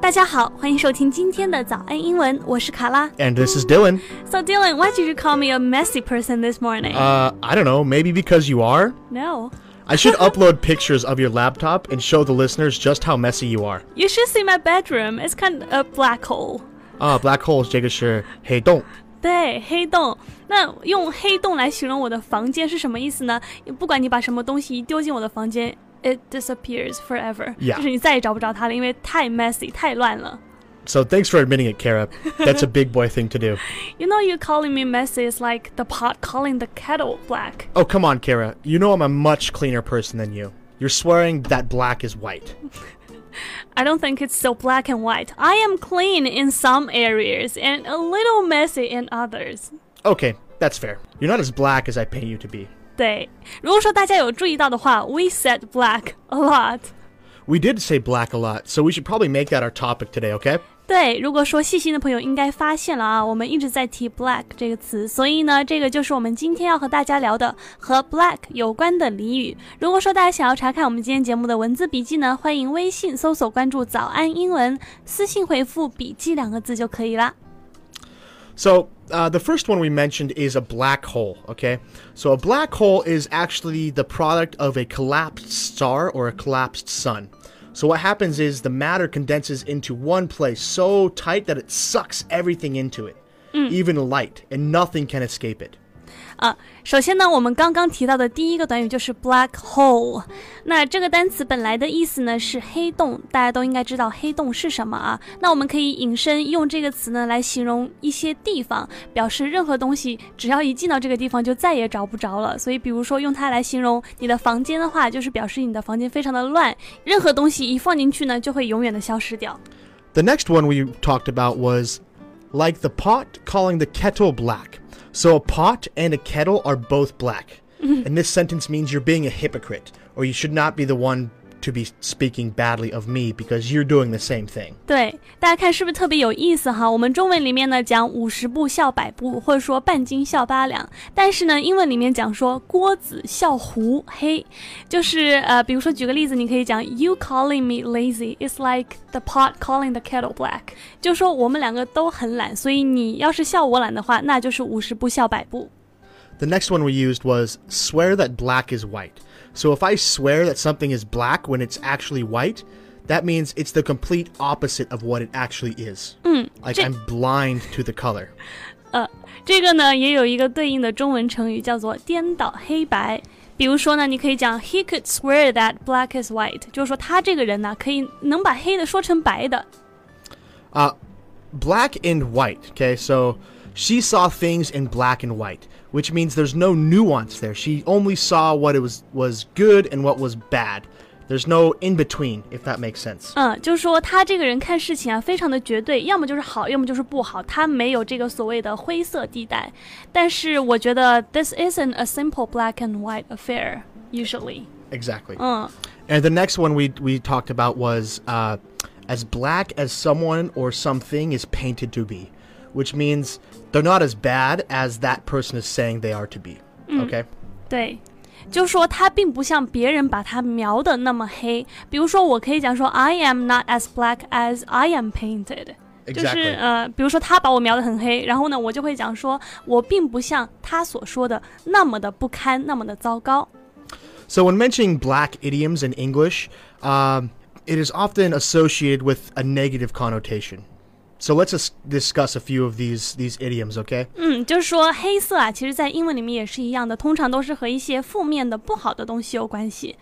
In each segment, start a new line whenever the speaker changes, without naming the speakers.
大家好，欢迎收听今天的早安英文，我是卡拉。
And this is Dylan.
So Dylan, why did you call me a messy person this morning?
Uh, I don't know, maybe because you are?
no,
I should upload pictures of your laptop and show the listeners just how messy you are.
you should see my bedroom. It's kind of a black hole.
啊、b l a c k Ah, holes 这个是黑洞。
对，黑洞。那用黑洞来形容我的房间是什么意思呢？不管你把什么东西丢进我的房间，it disappears forever，、
Yeah
就是你再也找不着它了，因为太 messy，太乱了。
So thanks for admitting it, Kara. That's a big boy thing to do.
You know, you calling me messy is like the pot calling the kettle black.
Oh, come on, Kara. You know I'm a much cleaner person than you. You're swearing that black is white.
I don't think it's so black and white. I am clean in some areas and a little messy in others.
Okay, that's fair. You're not as black as I paint you to be.
对，如果说大家有注意到的话，we said black a lot。
We did say black a lot, so we should probably make that our topic today, okay?
对，如果说细心的朋友应该发现了啊，我们一直在提 black 这个词，所以呢，这个就是我们今天要和大家聊的和 black 有关的俚语。如果说大家想要查看我们今天节目的文字笔记呢，欢迎微信搜索关注“早安英文”，私信回复“笔记”两个字就可以啦。
So uh, the first one we mentioned is a black hole. Okay, so a black hole is actually the product of a collapsed star or a collapsed sun. So what happens is the matter condenses into one place so tight that it sucks everything into it, even light, and nothing can escape it.
啊，首先呢，我们刚刚提到的第一个短语就是 black hole。那这个单词本来的意思呢是黑洞，大家都应该知道黑洞是什么啊。那我们可以引申用这个词呢来形容一些地方，表示任何东西只要一进到这个地方就再也找不着了。所以，比如说用它来形容你的房间的话，就是表示你的房间非常的乱，任何东西一放进去呢就会永远的消失掉。
The next one we talked about was like the pot calling the kettle black. So a pot and a kettle are both black. and this sentence means you're being a hypocrite, or you should not be the one to be speaking badly of me because you're doing the same thing.
对，大家看是不是特别有意思哈？我们中文里面呢讲五十步笑百步，或者说半斤笑八两，但是呢英文里面讲说锅子笑糊黑，就是呃，比如说举个例子，你可以讲 You calling me lazy is like the pot calling the kettle black，就说我们两个都很懒，所以你要是笑我懒的话，那就是五十步笑百步。
The next one we used was swear that black is white. So if I swear that something is black when it's actually white, that means it's the complete opposite of what it actually is. like
J-
I'm blind to the color.
这个呢，也有一个对应的中文成语，叫做颠倒黑白。比如说呢，你可以讲 He could swear that black is white，就是说他这个人呢，可以能把黑的说成白的。
Uh, black and white. Okay, so she saw things in black and white, which means there's no nuance there. She only saw what it was was good and what was bad. There's no in between, if that makes sense.
嗯，就是说他这个人看事情啊，非常的绝对，要么就是好，要么就是不好，他没有这个所谓的灰色地带。但是我觉得 this isn't a simple black and white affair usually。
Exactly.
嗯，
And the next one we we talked about was uh, as black as someone or something is painted to be, which means they're not as bad as that person is saying they are to be. Okay.
对，就说他并不像别人把他描的那么黑。比如说，我可以讲说 I am not as black as I am painted，就是
Exactly.
呃，比如说他把我描的很黑，然后呢，我就会讲说我并不像他所说的那么的不堪，那么的糟糕。
So, when mentioning black idioms in English, um, it is often associated with a negative connotation. So, let's dis- discuss a few of these these idioms, okay?
嗯，就是说黑色啊，其实在英文里面也是一样的，通常都是和一些负面的、不好的东西有关系。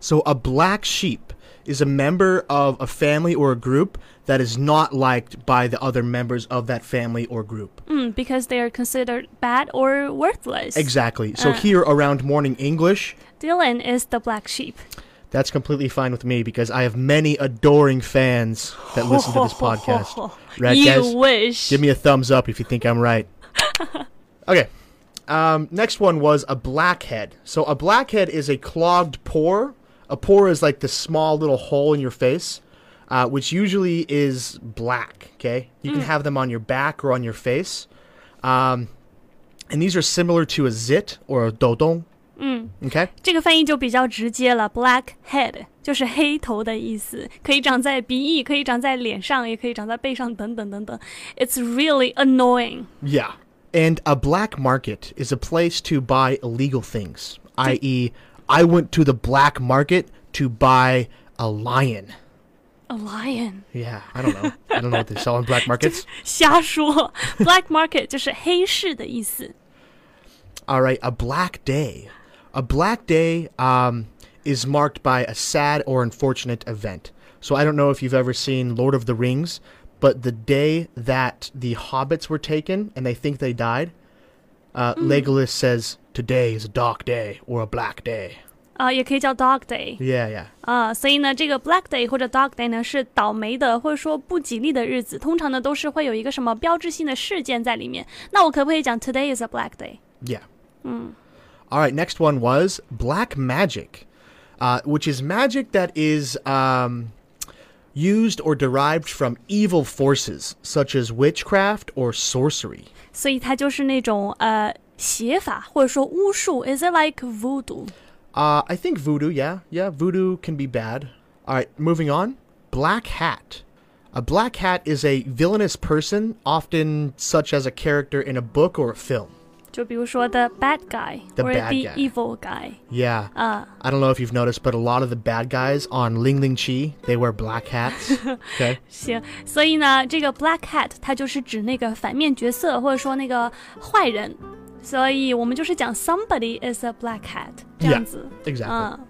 So, a black sheep is a member of a family or a group that is not liked by the other members of that family or group.
嗯，because they are considered bad or worthless.
Exactly. So,
Uh.
here around morning English,
Dylan is the black sheep.
that's completely fine with me because I have many adoring fans that listen to
Oh,
this podcast. Right,
you
guys?
wish.
Give me a thumbs up if you think I'm right. okay. Um, next one was a blackhead. So a blackhead is a clogged pore. A pore is like the small little hole in your face, uh, which usually is black. Okay, you can have them on your back or on your face, um, and these are similar to a zit or a dodong. Okay.
这个翻译就比较直接了，black head 就是黑头的意思，可以长在鼻翼，可以长在脸上，也可以长在背上，等等等等。It's really annoying.
Yeah. And a black market is a place to buy illegal things, i.e., I went to the black market to buy a lion.
A lion.
Yeah, I don't know. I don't know what they sell on black markets.
瞎说 ，black market 就是黑市的意思。
All right, a black day. A black day um, is marked by a sad or unfortunate event. So I don't know if you've ever seen Lord of the Rings, but the day that the hobbits were taken and they think they died, uh, Legolas says, Today is a dark day or a black day.
啊、也可以叫 dog day。
Yeah, yeah.
啊、所以呢，这个 Black Day 或者 Dog Day 呢，是倒霉的或者说不吉利的日子。通常呢，都是会有一个什么标志性的事件在里面。那我可不可以讲 Today is a Black Day？
Yeah. All right. Next one was black magic, uh, which is magic that is um, used or derived from evil forces such as witchcraft or sorcery.
所以它就是那种呃写法或者说巫术。Is it like voodoo？
Uh, I think voodoo. Yeah, yeah. Voodoo can be bad. All right. Moving on. Black hat. A black hat is a villainous person, often such as a character in a book or a film.
就比如说 the bad guy
The
or
bad
the
guy.
evil guy。
Yeah.
Uh.
I don't know if you've noticed, but a lot of the bad guys on Ling Ling Chi, they wear black hats. okay.
行，所以呢，这个 black hat 它就是指那个反面角色或者说那个坏人，所以我们就是讲 somebody is a black hat 这样
Yeah,
子。
Exactly.
嗯。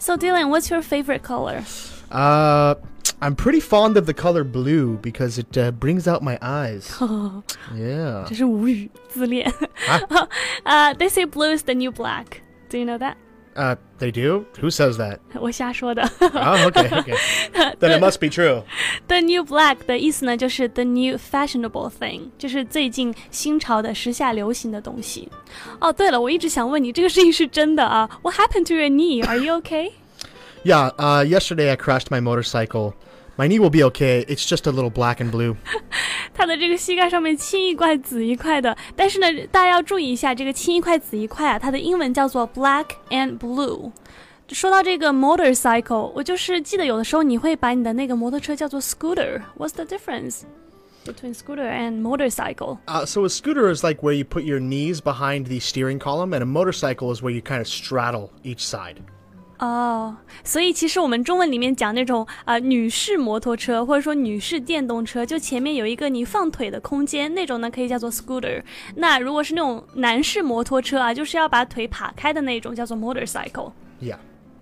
So Dylan, what's your favorite color?
Uh, I'm pretty fond of the color blue because it uh, brings out my eyes. yeah.
真是无语自恋。
啊
呃、t h e y say blue is the new black. Do you know that?
Uh, they do? Who says that?
我瞎说的。
Oh, okay, okay. then it must be true.
the new black 的意思呢，就是 the new fashionable thing，就是最近新潮的、时下流行的东西。哦，对了，我一直想问你，这个事情是真的啊？What happened to your knee? Are you okay?
Yeah, uh, yesterday I crashed my motorcycle. My knee will be okay. It's just a little black and blue.
他的这个膝盖上面青一块紫一块的，但是呢，大家要注意一下，这个青一块紫一块啊，它的英文叫做 black and blue。说到这个 motorcycle，我就是记得有的时候你会把你的那个摩托车叫做 scooter。What's the difference between scooter and motorcycle？
Uh, so a scooter is like where you put your knees behind the steering column, and a motorcycle is where you kind of straddle each side.
哦、所以其实我们中文里面讲那种啊、呃女士摩托车或者说女士电动车，就前面有一个你放腿的空间，那种呢可以叫做 scooter。那如果是那种男士摩托车啊，就是要把腿扒开的那种，叫做 motorcycle。
Yeah.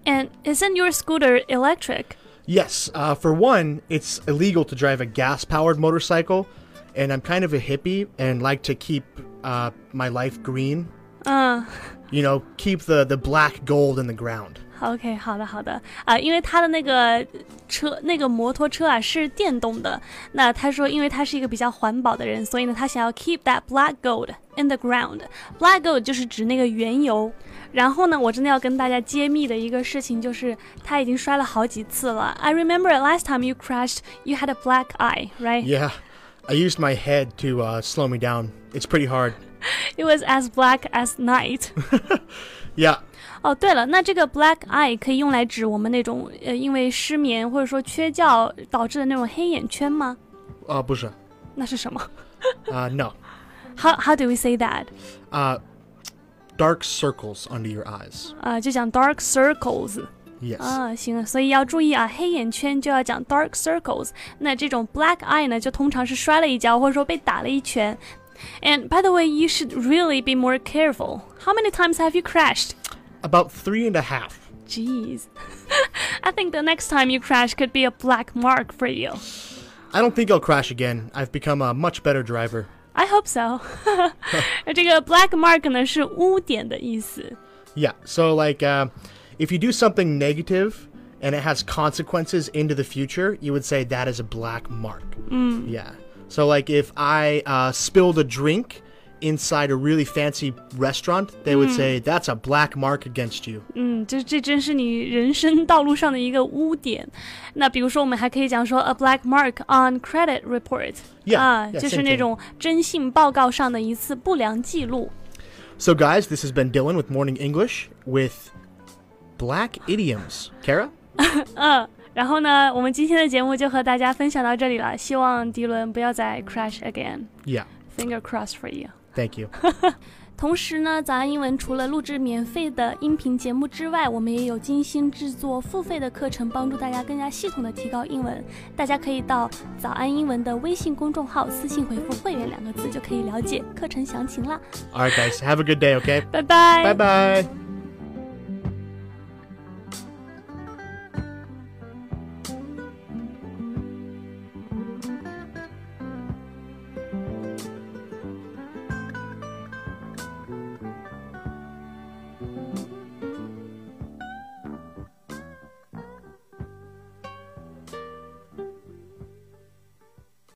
And isn't your scooter electric？
Yes, uh, for one, it's illegal to drive a gas powered motorcycle, and I'm kind of a hippie and like to keep uh, my life green.
Uh.
You know, keep the, the black gold in the ground.
OK，好的好的啊、因为他的那个车那个摩托车啊是电动的，那他说因为他是一个比较环保的人，所以呢他想要 keep that black gold in the ground。black gold 就是指那个原油。然后呢，我真的要跟大家揭秘的一个事情就是他已经摔了好几次了。I remember last time you crashed, you had a black eye, right?
Yeah, I used my head to uh, slow me down. It's pretty hard.
It was as black as night.
Yeah,
哦，对了，那这个 black eye 可以用来指我们那种呃因为失眠或者说缺觉导致的那种黑眼圈吗？
uh, 不是.
那是什么
Uh, no.
？How how do we say that？
Uh, dark circles under your eyes.
啊、就讲 dark circles
Yes.
啊，行，所以要注意啊，黑眼圈就要讲 dark circles。那这种 black eye 呢，就通常是摔了一跤，或者说被打了一拳。And by the way, you should really be more careful. How many times have you crashed?
About three and a half.
Jeez. I think the next time you crash could be a black mark for you.
I don't think I'll crash again. I've become a much better driver.
I hope so. 这个 black mark 呢是污点的意思。
Yeah. So like, uh, if you do something negative and it has consequences into the future, you would say that is a black mark. Yeah. So like, if I uh, spilled a drink inside a really fancy restaurant, they would say that's a black mark against you.
嗯，这这真是你人生道路上的一个污点。那比如说，我们还可以讲说 a black mark on credit report，
Yeah,
啊
yeah,
就是
same
那种征信报告上的一次不良记录。
So guys, this has been Dylan with Morning English with black idioms. Kara.
嗯，然后呢，我们今天的节目就和大家分享到这里了。希望迪伦不要再 crash again。
Yeah.
Finger crossed for you。
Thank you.
同时呢，早安英文除了录制免费的音频节目之外，我们也有精心制作付费的课程，帮助大家更加系统的提高英文。大家可以到早安英文的微信公众号私信回复“会员”两个字，就可以了解课程详情啦。
All right, guys. Have a good day. Okay.
拜拜。
Bye bye.